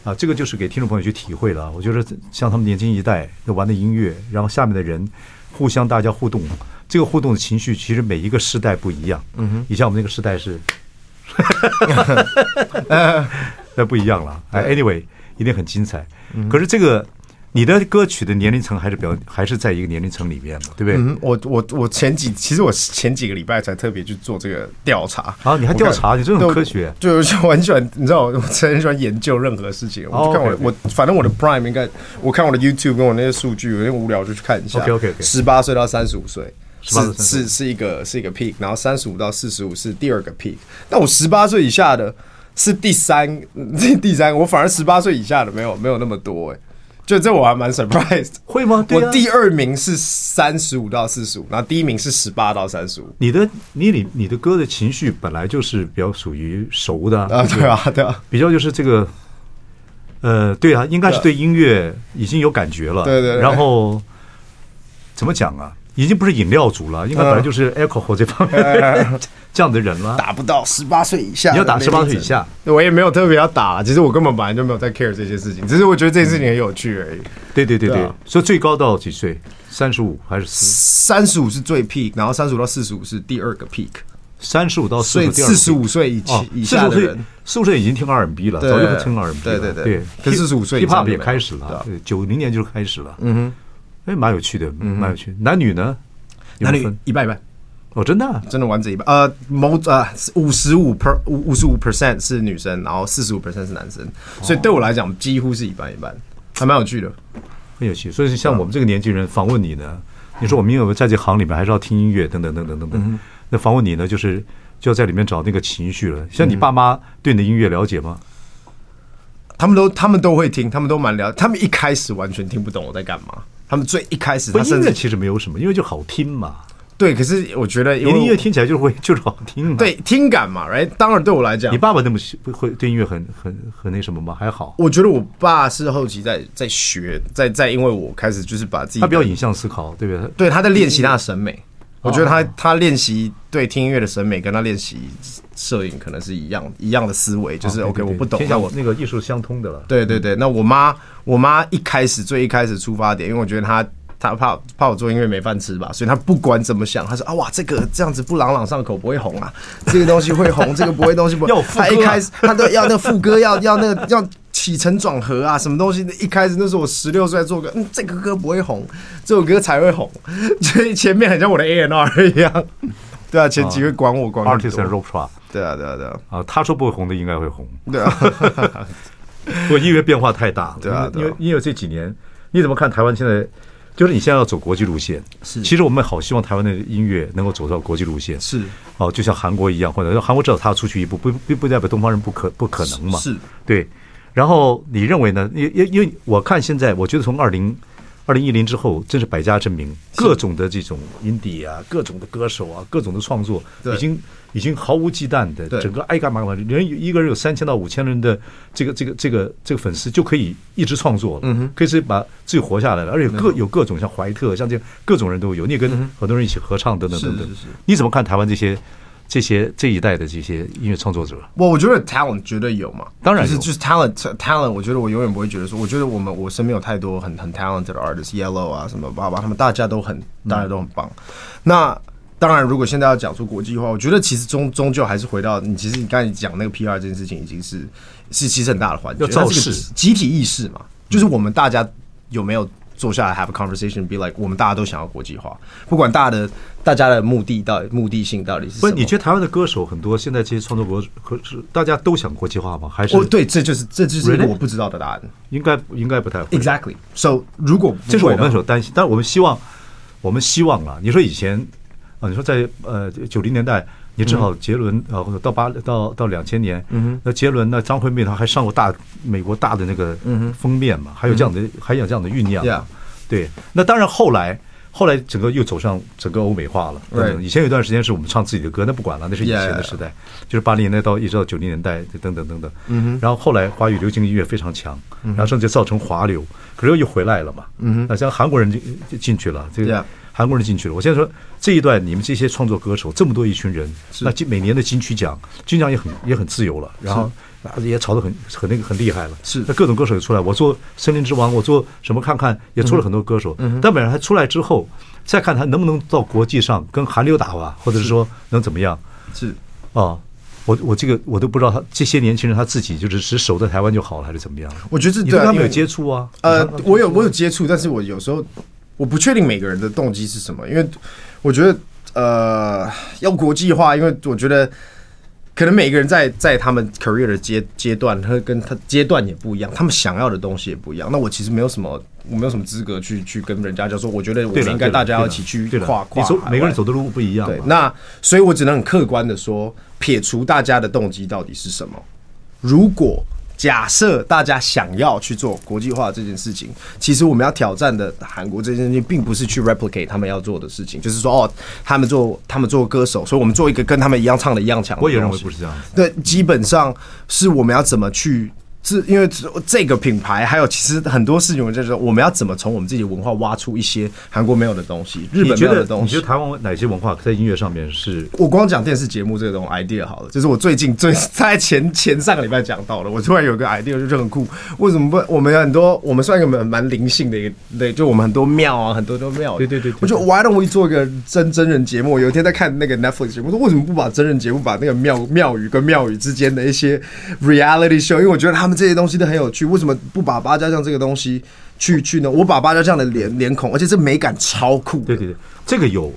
Speaker 1: 啊，这个就是给听众朋友去体会了啊。我觉得像他们年轻一代玩的音乐，然后下面的人互相大家互动，这个互动的情绪其实每一个时代不一样。嗯哼，以前我们那个时代 是，那不一样了。哎，anyway，一定很精彩。
Speaker 3: 嗯
Speaker 1: 可是这个。你的歌曲的年龄层还是比较，还是在一个年龄层里面嘛，对不对？
Speaker 3: 嗯，我我我前几其实我前几个礼拜才特别去做这个调查
Speaker 1: 啊你还调查
Speaker 3: 我看
Speaker 1: 你真的很
Speaker 3: 对
Speaker 1: 科学
Speaker 3: 对，我就我很喜欢，你知道，我我真的很喜欢研究任何事情。我
Speaker 1: 哦
Speaker 3: 就看我的
Speaker 1: OK，OK
Speaker 3: 我反正我的 Prime 应该，我看我的 YouTube 跟我那些数据，有点无聊就去看一下。
Speaker 1: OK，OK，OK
Speaker 3: 十八岁到三十五岁。是
Speaker 1: 18到35
Speaker 3: 是是一个是一个 peak，然后三十五到四十五是第二个 peak，但我十八岁以下的是第三， 这第三个，我反而十八岁以下的没有没有那么多哎、就这我还蛮 surprised，
Speaker 1: 会吗？对啊
Speaker 3: 我第二名是三十五到四十五，然后第一名是十八到三十五。
Speaker 1: 你的你你你的歌的情绪本来就是比较属于熟的
Speaker 3: 啊，对啊，对啊，
Speaker 1: 比较就是这个，呃，对啊，应该是对音乐已经有感觉了，
Speaker 3: 对对对
Speaker 1: 然后怎么讲啊？已经不是饮料族了，
Speaker 3: 嗯
Speaker 1: 应该本来就是 alcohol 这方 面、这样的人了。
Speaker 3: 哎打不到十八岁以下的
Speaker 1: 你
Speaker 3: 那
Speaker 1: 要
Speaker 3: 一阵，
Speaker 1: 打18岁以下
Speaker 3: 我也没有特别要打，其实我根本本来就没有在 care 这些事情，只是我觉得这件事情很有趣而已。
Speaker 1: 对对对对，
Speaker 3: 对啊
Speaker 1: 所以最高到几岁？三十五还是四？
Speaker 3: 三十五是最 peak，然后三十五到四十五是第二个 peak，
Speaker 1: 三十五到哦四
Speaker 3: 所以
Speaker 1: 十第二
Speaker 3: 四十五岁以
Speaker 1: 哦
Speaker 3: 起，以
Speaker 1: 四十
Speaker 3: 下
Speaker 1: 五
Speaker 3: 的
Speaker 1: 岁
Speaker 3: 人，，
Speaker 1: 四十岁已经听 R&B 了，
Speaker 3: 对
Speaker 1: 早就听 R&B 了，
Speaker 3: 对对
Speaker 1: 对
Speaker 3: 对。可是45岁以
Speaker 1: hip
Speaker 3: 上
Speaker 1: hop
Speaker 3: 就
Speaker 1: 也
Speaker 3: 没有
Speaker 1: 开始
Speaker 3: 对
Speaker 1: 了
Speaker 3: 啊，
Speaker 1: 九零年就开始了，嗯哼，哎，蛮有趣的，蛮有趣的。男女呢？有
Speaker 3: 嗯男
Speaker 1: 没有
Speaker 3: 女
Speaker 1: 分
Speaker 3: 一半一半，
Speaker 1: 哦，真的啊
Speaker 3: 真的完整一半。呃，某呃五十五 per 五五十五 percent 是女生，然后四十五 percent 是男生，所以对我来讲几乎是一半一半，还蛮有趣的。
Speaker 1: 很有趣。所以
Speaker 3: 嗯
Speaker 1: 像我们这个年纪人访问你呢，你说我们因为在这行里面还是要听音乐，等等等等等
Speaker 3: 嗯
Speaker 1: 等。那访问你呢，就是就要在里面找那个情绪了。像
Speaker 3: 嗯
Speaker 1: 你爸妈对你的音乐了解吗？
Speaker 3: 他们都他们都会听，他们都蛮了，他们一开始完全听不懂我在干嘛。他们最一开始，
Speaker 1: 不，
Speaker 3: 他
Speaker 1: 音
Speaker 3: 甚
Speaker 1: 乐
Speaker 3: 至
Speaker 1: 其实没有什么，因为就好听嘛，
Speaker 3: 对，可是我觉得因
Speaker 1: 你的
Speaker 3: 为
Speaker 1: 音乐听起来就是会就是好听嘛。
Speaker 3: 对，听感嘛，right？当然对我来讲
Speaker 1: 你，爸爸那么喜会会对音乐很很很那什么吗？还好，
Speaker 3: 我觉得我爸是后期在在学，在在因为我开始就是把自己的
Speaker 1: 他比较哦影像思考，对不对？
Speaker 3: 对，他在练习他的审美。我觉得他他练习对听音乐的审美，跟他练习摄影可能是一样一样的思维，就是
Speaker 1: 啊哦对
Speaker 3: OK，
Speaker 1: 对
Speaker 3: 我
Speaker 1: 对
Speaker 3: 不懂，
Speaker 1: 天
Speaker 3: 那
Speaker 1: 下
Speaker 3: 我
Speaker 1: 那个艺术相通的了。
Speaker 3: 对对
Speaker 1: 嗯
Speaker 3: 对，那我妈我妈一开始最一开始出发点，因为我觉得她她怕怕我做音乐没饭吃吧，所以她不管怎么想，她说啊哇这个这样子不朗朗上口不 会红啊，这个东西会红，这个不会东西不会。
Speaker 1: 要有副歌啊
Speaker 3: 她一开始她都要那个副歌要要那个要。起承转合啊，什么东西的？一开始那时候我十六岁做歌，嗯，这个歌不会红，这首歌才会红，所以前面很像我的 A N R 一样。对啊，前几个管我管很多
Speaker 1: Artist and Ropa
Speaker 3: 对啊，对啊，对啊，
Speaker 1: 啊，他说不会红的应该会红。
Speaker 3: 对啊。
Speaker 1: 不过音乐变化太大了，
Speaker 3: 对啊
Speaker 1: 因
Speaker 3: 对
Speaker 1: 为
Speaker 3: 啊
Speaker 1: 因为因为这几年，你怎么看台湾现在？就是你现在要走国际路线，
Speaker 3: 是
Speaker 1: 其实我们好希望台湾的音乐能够走到国际路线，
Speaker 3: 是
Speaker 1: 哦，就像韩国一样，或者说韩国至少踏出去一步，不不不代表东方人不可不可能嘛，
Speaker 3: 是是
Speaker 1: 对。然后你认为呢？因因因为我看现在，我觉得从二零二零一零之后，真是百家争鸣，各种的这种 indie 啊，各种的歌手啊，各种的创作，
Speaker 3: 对
Speaker 1: 已经已经毫无忌惮的
Speaker 3: 对
Speaker 1: 整个爱干嘛干嘛，人有一个人有三千到五千人的这个这个这个这个粉丝就可以一直创作了，
Speaker 3: 嗯
Speaker 1: 可以是把自己活下来了，而且各有各种像怀特，像这各种人都有，你也跟很多人一起合唱等等等等
Speaker 3: 是是是，
Speaker 1: 你怎么看台湾这些这些这一代的这些音乐创作者？
Speaker 3: 我我觉得 talent 绝对有嘛，
Speaker 1: 当然有
Speaker 3: 就是就是 talent talent，我觉得我永远不会觉得说，我觉得我们我身边有太多很很 talented 的 artist，yellow 啊什么爸爸，他们大家都很
Speaker 1: 嗯
Speaker 3: 大家都很棒。那当然，如果现在要讲出国际化，我觉得其实终终究还是回到你，其实你刚才讲那个 PR 这件事情，已经是是其实很大的环节，
Speaker 1: 要造
Speaker 3: 它是个
Speaker 1: 势
Speaker 3: 集体意识嘛，就是我们大家有没有坐下来 have a conversation，be like 我们大家都想要国际化，不管大家的大家的目的到底目的性到底是什
Speaker 1: 不
Speaker 3: 么
Speaker 1: 是，。你觉得台湾的歌手很多，现在这些创作国和是大家都想国际化吗？还是
Speaker 3: 哦，对，这就是这就是一个
Speaker 1: Really？
Speaker 3: 我不知道的答案。
Speaker 1: 应该应该不太会。
Speaker 3: Exactly. So，如果
Speaker 1: 这是我们
Speaker 3: 说
Speaker 1: 所担心，但是我们希望，我们希望啊，你说以前啊，你说在呃九零年代，你只好杰伦
Speaker 3: 嗯
Speaker 1: 啊，或者到八到到两千年，那杰伦那张惠妹她还上过大美国大的那个
Speaker 3: 嗯
Speaker 1: 封面嘛，还有这样的还有这样的酝酿
Speaker 3: Yeah，
Speaker 1: 对，那当然后来。后来整个又走上整个欧美化了。
Speaker 3: Right
Speaker 1: 嗯以前有一段时间是我们唱自己的歌，那不管了，那是以前
Speaker 3: Yeah
Speaker 1: 的时代，就是八零年代到一直到九零年代等等等等。嗯然后后来华语流行音乐非常强，然后甚至造成华流，可是又回来了嘛。嗯那像韩国人就就进去了，这个
Speaker 3: Yeah
Speaker 1: 韩国人进去了。我现在说这一段你们这些创作歌手这么多一群人，那今每年的金曲奖，金曲奖也很也很自由了，然后。啊，也炒得很很那个很厉害了，
Speaker 3: 是
Speaker 1: 那各种歌手也出来，我做《森林之王》，我做什么看看，也出了很多歌手。但本来他出来之后，再看他能不能到国际上跟韩流打吧，或者是说能怎么样
Speaker 3: 是
Speaker 1: 啊？我我这个我都不知道他这些年轻人他自己就是只守在台湾就好了，还是怎么样？
Speaker 3: 我觉得是
Speaker 1: 你跟
Speaker 3: 对
Speaker 1: 他
Speaker 3: 啊
Speaker 1: 们
Speaker 3: 因
Speaker 1: 有
Speaker 3: 为
Speaker 1: 接触啊？
Speaker 3: 呃，我有我有接触，但是我有时候我不确定每个人的动机是什么，因为我觉得呃要国际化，因为我觉得可能每个人在在他们 career 的阶阶段，他跟他阶段也不一样，他们想要的东西也不一样。那我其实没有什么，我没有什么资格去去跟人家就说，我觉得我
Speaker 1: 对
Speaker 3: 们
Speaker 1: 了，
Speaker 3: 应该
Speaker 1: 对了
Speaker 3: 大家要
Speaker 1: 对了
Speaker 3: 一起去
Speaker 1: 对了
Speaker 3: 跨跨
Speaker 1: 你走
Speaker 3: 海
Speaker 1: 每个人
Speaker 3: 外
Speaker 1: 走的路不一样啊
Speaker 3: 对
Speaker 1: 嘛，。
Speaker 3: 那所以我只能很客观的说，撇除大家的动机到底是什么。如果假设大家想要去做国际化这件事情，其实我们要挑战的韩国这件事情，并不是去 replicate 他们要做的事情，就是说哦，他们做他们做歌手，所以我们做一个跟他们一样唱的一样强的东
Speaker 1: 我
Speaker 3: 西。
Speaker 1: 也认为不是这样子。
Speaker 3: 对，基本上是我们要怎么去是因为这个品牌，还有其实很多事情，我就是我们要怎么从我们自己的文化挖出一些韩国没有的东西，日
Speaker 1: 你
Speaker 3: 本没
Speaker 1: 觉
Speaker 3: 有的
Speaker 1: 得
Speaker 3: 东
Speaker 1: 你觉
Speaker 3: 西
Speaker 1: 得。台湾哪些文化在音乐上面是
Speaker 3: 我光讲电视节目这个东西 idea 好了，就是我最近
Speaker 1: 嗯
Speaker 3: 最在前前上个礼拜讲到了，我突然有个 idea 就是很酷。为什么不？我们有很多，我们算一个蛮蛮灵性的一个，对，就我们很多庙啊，很多都庙。
Speaker 1: 对对对对
Speaker 3: 我就 Why don't we 做一个真真人节目？我有一天在看那个 Netflix 节目，说为什么不把真人节目把那个庙庙宇跟庙宇之间的一些 reality show？因为我觉得他们这些东西都很有趣，为什么不把八家将这个东西去去呢？我把八家将的脸脸孔，而且这美感超酷的。
Speaker 1: 对对对，这个有，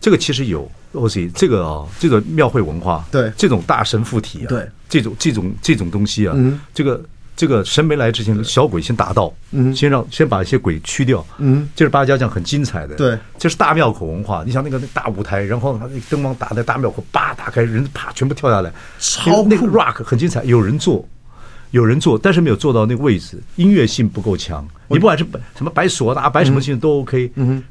Speaker 1: 这个其实有。我西，这个啊，这个庙会文化，
Speaker 3: 对
Speaker 1: 这种大神附体啊，
Speaker 3: 对，嗯
Speaker 1: 这种这种这种东西啊，这个这个神没来之前，小鬼先打到，嗯，先让先把一些鬼驱掉，嗯，这是八家将很精彩的，
Speaker 3: 对
Speaker 1: 这是大庙口文化。你想那个那大舞台，然后那个灯光打在大庙口，叭打开，人啪全部跳下来，
Speaker 3: 超
Speaker 1: 那个 rock 很精彩，有人做。有人做，但是没有做到那个位置，音乐性不够强。你不管是摆什么摆唢呐、摆什么性都 OK。嗯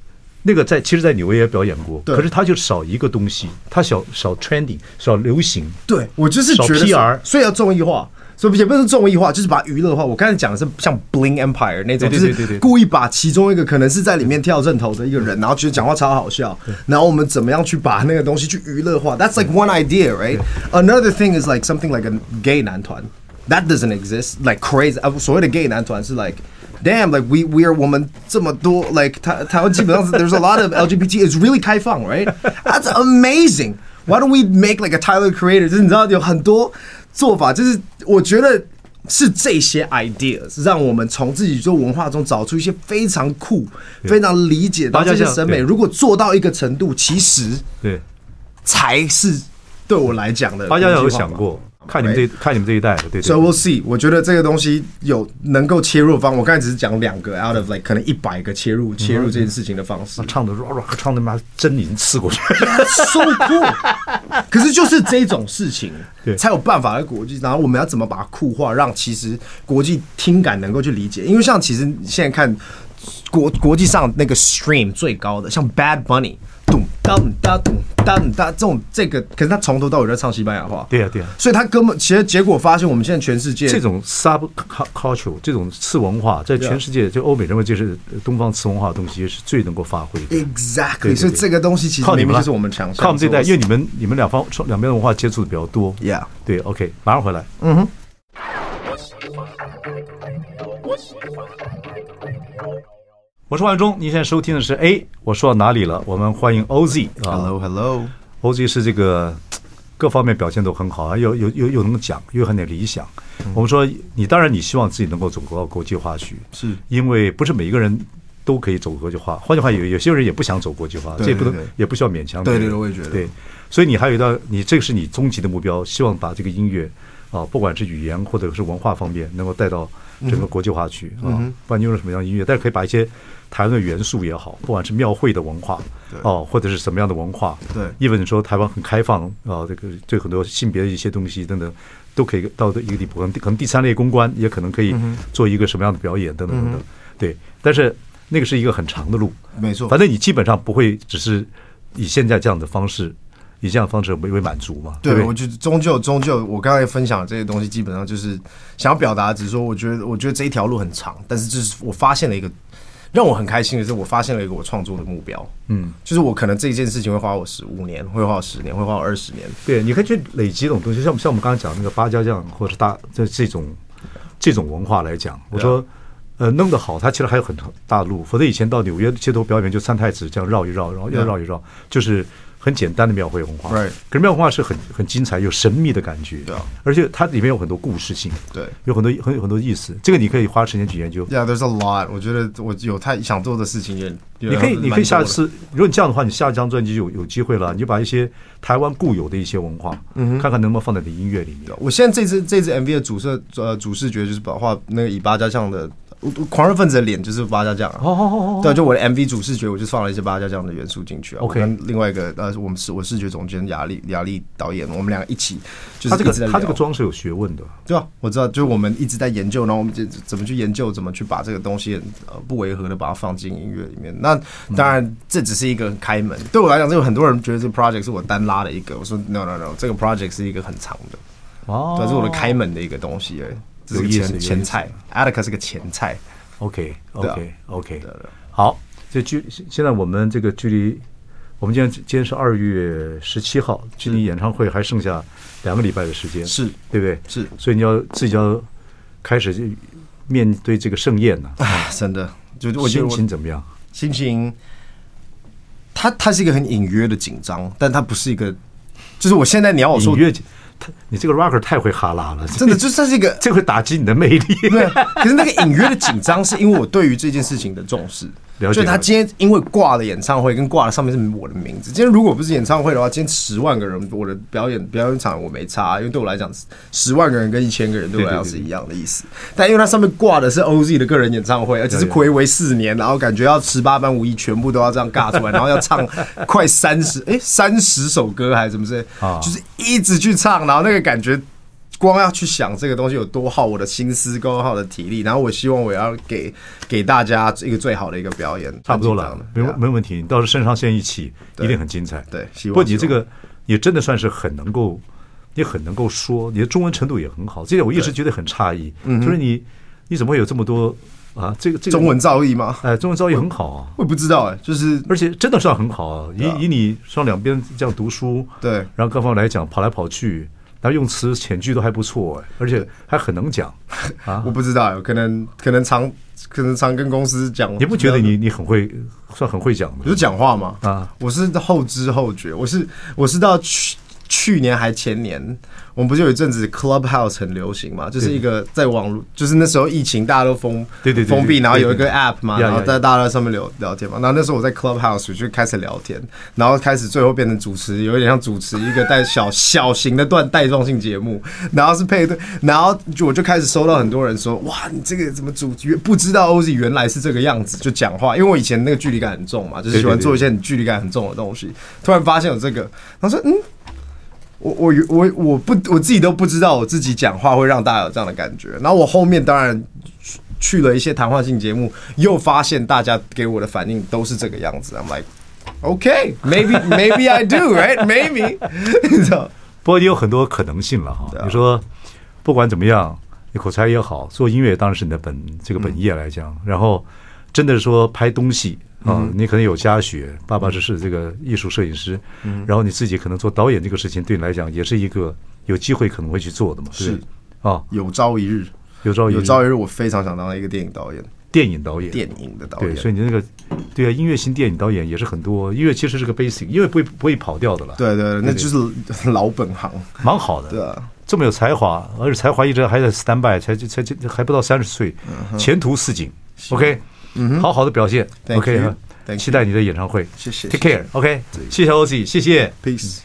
Speaker 1: 那个在其实，在纽约也表演过，
Speaker 3: 对
Speaker 1: 可是他就少一个东西，他少少 trending，少流行。
Speaker 3: 对我就是觉得
Speaker 1: 少 PR
Speaker 3: 所以要综艺化。所以也不是综艺化，就是把娱乐化。我刚才讲的是像 Bling Empire 那种，
Speaker 1: 对对
Speaker 3: 就
Speaker 1: 对对
Speaker 3: 是
Speaker 1: 对
Speaker 3: 故意把其中一个可能是在里面跳正头的一个人，然后觉得讲话超好笑，然后我们怎么样去把那个东西去娱乐化？That's like one idea, right? Another thing is like something like a gay 男团，that doesn't exist like crazy 啊。所谓的 gay 男团是 like damn like we we are 我们这么多 like 台台湾基本上是 there's a lot of LGBT is really 开放，right? That's amazing. Why don't we make like a Tyler creator？就是你知道有很多做法，就是我觉得是这些 ideas 让我们从自己做文化中找出一些非常酷、非常理解到
Speaker 1: 大家
Speaker 3: 这些
Speaker 1: 像
Speaker 3: 审美。
Speaker 1: 对
Speaker 3: 如果做到一个程度，其实
Speaker 1: 对，
Speaker 3: 才是对我来讲的。
Speaker 1: 大家有想。过，看你们这看你们这一代的，对对对。
Speaker 3: So we'll see。我觉得这个东西有能够切入的方，我刚才只是讲两个 out of like 可能一百个切
Speaker 1: 嗯
Speaker 3: 入切入这件事情的方式。
Speaker 1: 唱的 rock rock，唱的妈针已经刺 过去。
Speaker 3: so cool。可是就是这种事情
Speaker 1: 对，
Speaker 3: 才有办法在国际。然后我们要怎么把它酷化，让其实国际听感能够去理解？因为像其实现在看国国际上那个 stream 最高的，像 Bad Bunny。咚当当咚当当，这种这个，可是他从头到尾在唱西班牙话，
Speaker 1: 对呀对呀
Speaker 3: 所以他根本其实结果发现，我们现在全世界
Speaker 1: 这种 sub culture 这种次文化，在全世界，就欧美认为这是东方次文化的东西，是最能够发挥的。对
Speaker 3: exactly，
Speaker 1: 对
Speaker 3: 所以
Speaker 1: 对
Speaker 3: 这个东西其实
Speaker 1: 靠你
Speaker 3: 明
Speaker 1: 们
Speaker 3: 明
Speaker 1: 了
Speaker 3: 就是我们强项，
Speaker 1: 靠我们这一代，因
Speaker 3: 所以
Speaker 1: 为你们你们两方两边的文化接触的比较多。
Speaker 3: Yeah
Speaker 1: 对，OK，马上回来。我是万忠，您现在收听的是 A，我说到哪里了？我们欢迎 OZ 啊
Speaker 3: hello hello，
Speaker 1: ，OZ 是这个嘖各方面表现都很好啊，又又又又能讲，又很有理想。我们说，你当然你希望自己能够走到国际化去，
Speaker 3: 是
Speaker 1: 因为不是每一个人都可以走国际化。换句话，有有些人也不想走国际化，
Speaker 3: 对
Speaker 1: 这也不能
Speaker 3: 对对
Speaker 1: 也不需要勉强别
Speaker 3: 对
Speaker 1: 人。
Speaker 3: 对对我也觉得
Speaker 1: 对，所以你还有一道，你这个是你终极的目标，希望把这个音乐啊，不管是语言或者是文化方面，能够带到整个国际化去
Speaker 3: 嗯
Speaker 1: 啊。不管你用什么样的音乐，但是可以把一些台湾的元素也好，不管是庙会的文化哦、或者是什么样的文化，
Speaker 3: 对
Speaker 1: 因为你说台湾很开放啊，这个对很多性别的一些东西等等。都可以到一个地步，可能可能第三类公关也可能可以做一个什么样的表演等等等等，对。但是那个是一个很长的路，
Speaker 3: 嗯没错
Speaker 1: 反正你基本上不会只是以现在这样的方式，以这样的方式为为满足嘛，对
Speaker 3: 对，
Speaker 1: 不
Speaker 3: 我
Speaker 1: 对？
Speaker 3: 觉得终究终究，我刚才分享的这些东西，基本上就是想要表达，只是说，我觉得我觉得这一条路很长，但是就是我发现了一个让我很开心的是，我发现了一个我创作的目标。嗯，就是我可能这一件事情会花我十五年，会花我十年，会花我二十年。
Speaker 1: 对，你可以去累积这种东西，像像我们刚刚讲那个八家将或者是大这这种这种文化来
Speaker 3: 啊
Speaker 1: 讲，我说。呃，弄得好，它其实还有很大路。否则以前到纽约街头表演，就三太子这样绕一绕，然后又绕一绕，就是很简单的庙会文化。
Speaker 3: 啊 Right
Speaker 1: 可是庙会文化是很很精彩，有神秘的感觉。
Speaker 3: 对啊
Speaker 1: 而且它里面有很多故事性。
Speaker 3: 对
Speaker 1: 有很多很有很多意思。这个你可以花时间去研究。
Speaker 3: Yeah, there's a lot。我觉得我有太想做的事情也，
Speaker 1: 你可以，
Speaker 3: 也
Speaker 1: 你可以下次，如果你这样的话，你下一张专辑有有机会了，你就把一些台湾固有的一些文化，
Speaker 3: 嗯
Speaker 1: 看看能不能放在你的音乐里面。
Speaker 3: 我现在这支这支 MV 的主色呃主视觉就是把画那个以八家将的我我狂热分子的脸就是八家将啊，
Speaker 1: 哦哦
Speaker 3: 对，就我的 MV 主视觉我就放了一些八家将的元素进去啊。
Speaker 1: OK
Speaker 3: 我跟另外一个呃我们视我视觉总监雅丽雅丽导演，我们两个一起就是
Speaker 1: 他这个
Speaker 3: 一直在
Speaker 1: 他这个
Speaker 3: 聊
Speaker 1: 妆是有学问的，
Speaker 3: 对啊，我知道，就是我们一直在研究，然后我们就怎么去研究，怎么去把这个东西呃不违和的把它放进音乐里面。那当然，这只是一个开门。对我来讲，这个很多人觉得这个 project 是我单拉的一个，我说 no no no，这个 project 是一个很长的。
Speaker 1: 哦
Speaker 3: 对，这是我的开门的一个东西而已。这
Speaker 1: 有
Speaker 3: 是个
Speaker 1: 意思有
Speaker 3: 前
Speaker 1: 意思
Speaker 3: 前菜，Attica 是个前菜，
Speaker 1: OK
Speaker 3: 对啊
Speaker 1: OK OK，
Speaker 3: 对对
Speaker 1: 好，这距现现在我们这个距离，我们今天今天是二月十七号，距离演唱会还剩下两个礼拜的时间，
Speaker 3: 是
Speaker 1: 对不对？
Speaker 3: 是
Speaker 1: 所以你要自己要开始就面对这个盛宴呢、
Speaker 3: 啊，真的，就我觉得
Speaker 1: 心
Speaker 3: 我
Speaker 1: 情怎么样？
Speaker 3: 心情，它它是一个很隐约的紧张，但它不是一个，就是我现在你要我
Speaker 1: 隐
Speaker 3: 说，
Speaker 1: 约，他你这个 rocker 太会哈拉了，
Speaker 3: 真的就是它是一个
Speaker 1: 这会打击你的魅力。
Speaker 3: 对，啊可是那个隐约的紧张，是因为我对于这件事情的重视。
Speaker 1: 了解
Speaker 3: 所以他
Speaker 1: 了解
Speaker 3: 今天因为挂了演唱会，跟挂了上面是我的名字。今天如果不是演唱会的话，今天十万个人，我的表演表演场我没差，因为对我来讲，十万个人跟一千个人对我来讲是一样的意思。但因为它上面挂的是 OZ 的个人演唱会，而且是暌违四年，然后感觉要十八般武艺全部都要这样尬出来，然后要唱快三十哎三十首歌还是什么之类
Speaker 1: 啊，
Speaker 3: 就是一直去唱，然后那个感觉光要去想这个东西有多耗我的心思，跟耗我的体力，然后我希望我要给给大家一个最好的一个表演，
Speaker 1: 差不多了啊
Speaker 3: 很紧，
Speaker 1: 没
Speaker 3: 张的
Speaker 1: 没问题。你到时候肾上腺一起，一定很精彩。
Speaker 3: 对希
Speaker 1: 不过
Speaker 3: 望
Speaker 1: 你这
Speaker 3: 希望
Speaker 1: 个也真的算是很能够，也很能够说，你的中文程度也很好。这点我一直觉得很诧异，就是你你怎么会有这么多啊？这个这
Speaker 3: 对
Speaker 1: 个
Speaker 3: 啊嗯中文，造诣吗？
Speaker 1: 哎，中文造诣很好啊，
Speaker 3: 我也不知道哎、就是
Speaker 1: 而且真的算很好啊。以
Speaker 3: 对啊
Speaker 1: 以你上两边这样读书，
Speaker 3: 对
Speaker 1: 然后各方面来讲跑来跑去，然后用词遣句都还不错，哎而且还很能讲啊。
Speaker 3: 我不知道、哎，可能可能常可能常跟公司讲，
Speaker 1: 你不觉得你你很会，算很会讲
Speaker 3: 我就
Speaker 1: 的？
Speaker 3: 讲话嘛，
Speaker 1: 啊
Speaker 3: 啊，我是后知后觉，我是我是到去去年还前年，我们不就有一阵子 Clubhouse 很流行嘛，就是一个在网络，就是那时候疫情大家都封
Speaker 1: 对对对对
Speaker 3: 封闭，然后有一
Speaker 1: 对对
Speaker 3: 个 App 嘛，
Speaker 1: 呀呀
Speaker 3: 然后
Speaker 1: 呀
Speaker 3: 在大家在上面聊聊天嘛，然后那时候我在 Clubhouse 就开始聊天，然后开始最后变成主持，有一点像主持一个带小小型的段带状性节目，然后是配对，然后就我就开始收到很多人说，哇，你这个怎么主原不知道 OZ 原来是这个样子，就讲话，因为我以前那个距离感很重嘛，就是喜欢做一些很距离感很重的东西，突然发现有这个，然后说嗯。我我我我不我自己都不知道我自己讲话会让大家有这样的感觉。然后我后面当然去去了一些谈话性节目，又发现大家给我的反应都是这个样子。I'm like, OK, maybe maybe I do, right? Maybe，你 知道？
Speaker 1: 不过也有很多可能性了哈。
Speaker 3: 啊
Speaker 1: 你说，不管怎么样，你口才也好，做音乐当然是你的本这个本业来
Speaker 3: 嗯
Speaker 1: 讲。然后，真的说拍东西啊，你可能有家学，爸爸是是这个艺术摄影师，
Speaker 3: 嗯
Speaker 1: 然后你自己可能做导演这个事情，对你来讲也是一个有机会可能会去做的嘛。对不对啊，
Speaker 3: 有朝一日，
Speaker 1: 有朝一日
Speaker 3: 有朝一日，我非常想当一个电影导演，
Speaker 1: 电影导演，
Speaker 3: 电影的导
Speaker 1: 对，
Speaker 3: 演。
Speaker 1: 所以你那个对啊，音乐型电影导演也是很多，音乐其实是个 basic，音乐不会不会跑掉的了。
Speaker 3: 对对对，那就是老本行。
Speaker 1: 蛮好的，
Speaker 3: 对啊
Speaker 1: 这么有才华，而且才华一直还在 stand by，才才才还不到三十岁，
Speaker 3: 嗯
Speaker 1: 前途似锦。OK，好好的表现。
Speaker 3: Thank
Speaker 1: OK，
Speaker 3: you，
Speaker 1: 啊
Speaker 3: Thank you
Speaker 1: 期待你的演唱会。
Speaker 3: 谢谢
Speaker 1: Take care。OK，谢谢 OZ，谢谢。
Speaker 3: Peace。